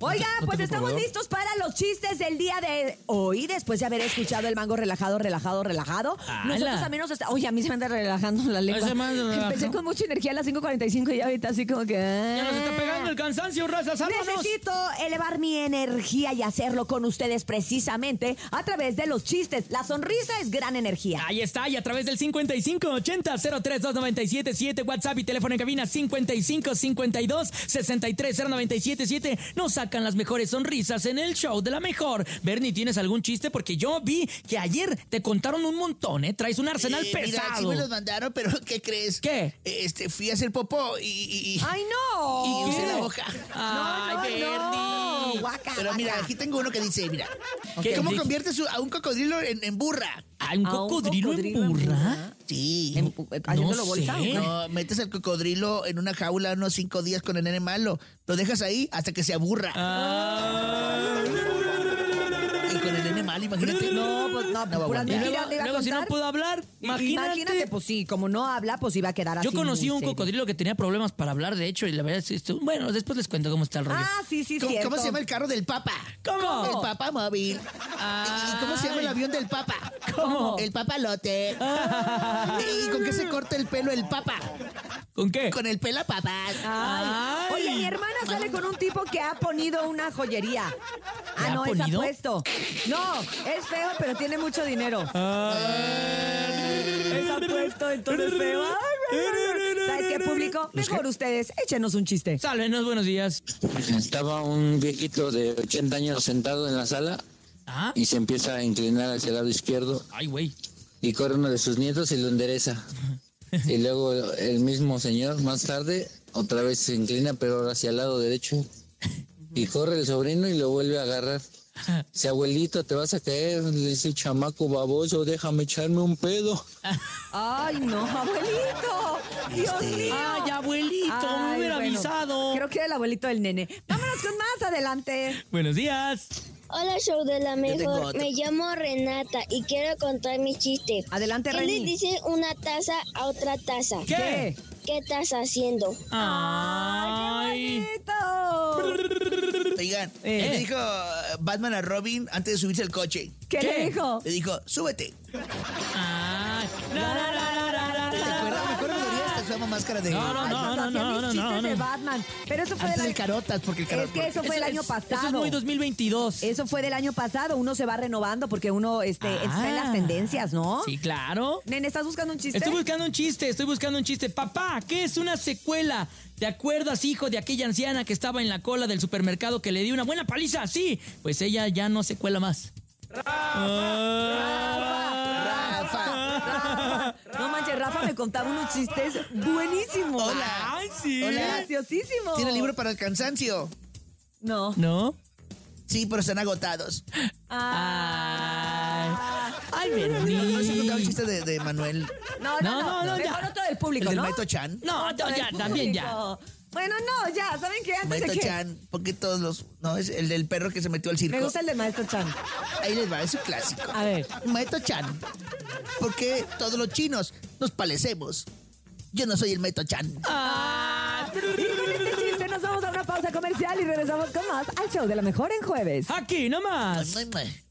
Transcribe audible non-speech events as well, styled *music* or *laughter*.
Oiga, ¿No te pues fue estamos proveedor? listos para los chistes del día de hoy. Después de haber escuchado el mango relajado, relajado, relajado. ¡Hala! Nosotros también nos está. Oye, a mí se me anda relajando la lengua. se me anda Empecé relajando. con mucha energía a las 5.45 y ahorita así como que. "Ah, Ya nos está pegando el cansancio, raza, sálvanos. Necesito elevar mi energía y hacerlo con ustedes precisamente a través de los chistes. La sonrisa es gran energía. Ahí está, y a través del 5580-032977, WhatsApp y teléfono en cabina 5552-630977, nos sacan las mejores sonrisas en el show de la mejor. Bernie, ¿tienes algún chiste? Porque yo vi que ayer te contaron un montón, ¿eh? Traes un arsenal Eh, pesado. Mira, sí me los mandaron, pero *laughs* ¿qué crees? ¿Qué? Eh, Este, fui a hacer popó y... y- y- ¡Ay, no! ¿Y qué? usé la boca. Ay, no, no. Bernie. Oh, Guaca, Pero mira, guaca. aquí tengo uno que dice, mira, Ok. ¿cómo Dice- conviertes a un cocodrilo en, en burra? ¿A un ¿A un cocodrilo, cocodrilo en en burra? burra? Sí. En- ¿Haciéndolo bolsa o sé. qué? No, metes al cocodrilo en una jaula unos cinco días con el nene malo. Lo dejas ahí hasta que se aburra. Ah. Ah. Y con el nene malo, imagínate. No, pues no, No va a puras aguantar. Y luego, mentiras, le iba a luego si no contar. puedo hablar, imagínate. pues sí, como no habla, pues iba a quedar así. Yo conocí muy un serio. cocodrilo que tenía problemas para hablar, de hecho, y la verdad es esto- Bueno, después les cuento cómo está el rollo. Ah, sí, sí, ¿Cómo, cierto. cómo se llama el carro del Papa? ¿Cómo? El Papa Móvil. Ah. ¿Y- ¿Y cómo se llama el avión del Papa? ¿Cómo? El Papalote. Ah. ¿Y con qué se corta el pelo el Papa? ¿Con qué? Con el pela papá. Ay. Ay. Oye, mi hermana sale con un tipo que ha ponido una joyería. Ah, ¿Le ha no, es ponido? apuesto. No, es feo, pero tiene mucho dinero. Ah. Es apuesto, entonces feo. Ay, ay, ay, ay. ¿Sabes qué, público? Mejor ustedes, échenos un chiste. Sálvenos, buenos días. Estaba un viejito de 80 años sentado en la sala Ah, y se empieza a inclinar hacia el lado izquierdo ay, güey. y corre uno de sus nietos y lo endereza. Y luego el mismo señor más tarde otra vez se inclina pero ahora hacia el lado derecho y corre el sobrino y lo vuelve a agarrar. Dice, abuelito, te vas a caer. Le dice, chamaco baboso, déjame echarme un pedo. Ay, no, abuelito. Dios mío. Este. Ay, abuelito, me Ah. Ay, hubiera bueno, avisado. Creo que era el abuelito del nene. Vámonos con más adelante. Buenos días. Hola, show de la tengo mejor. otro. Me llamo Renata y quiero contar mi chiste. Adelante, ¿Qué Reni. le dice una taza a otra taza? ¿Qué? ¿Qué estás haciendo? Ay. Abuelito. Oigan, Eh. le dijo uh, Batman a Robin antes de subirse al coche. ¿Qué, ¿Qué? le dijo? Le dijo, súbete. Ay. Na, na, na, na, na, ¿Te na. acuerdas? Me acuerdo que tenía hasta su ama máscara de... No, no, Ay, cuando no, hacían no, mis no, chistes no, de no. Batman. Pero eso fue Antes del del año- carotas, porque el carotas... Es que eso fue el año es- Eso es pasado. Este, muy 2022. Eso fue del año pasado. Uno se va renovando porque uno este, Ah. está en las tendencias, ¿no? Sí, claro. Nene, ¿estás buscando un chiste? Estoy buscando un chiste, estoy buscando un chiste. Papá, ¿qué es una secuela? ¿Te acuerdas, hijo, de aquella anciana que estaba en la cola del supermercado que le dio una buena paliza? Sí, pues ella ya no se cuela más. Ah. Rafa. Rafa, no manches, Rafa me contaba unos chistes buenísimos. Hola. Ay, sí. Hola. Graciosísimo. ¿Tiene libro para el cansancio? No. ¿No? Sí, pero están agotados. Ah. Ay, ay, No se contaba el Bernie. chiste de, de Manuel, No, no, no. No, no, no, Mejor ya. otro del público, el del ¿no? Maito Chan. No, Otro no, del ya, también ya. público. Bueno, no, ya. ¿Saben qué? Antes Maito de que... Chan, porque todos los... No, es el del perro que se metió al circo. Me gusta el del maestro Chan. Ahí les va, es un clásico. A ver. Maestro Chan, ¿por qué todos los chinos nos palecemos? Yo no soy el Maestro Chan. Ah, Y con este chiste nos vamos a una pausa comercial y regresamos con más al show de la mejor en jueves. Aquí nomás. Ay, ay, ay.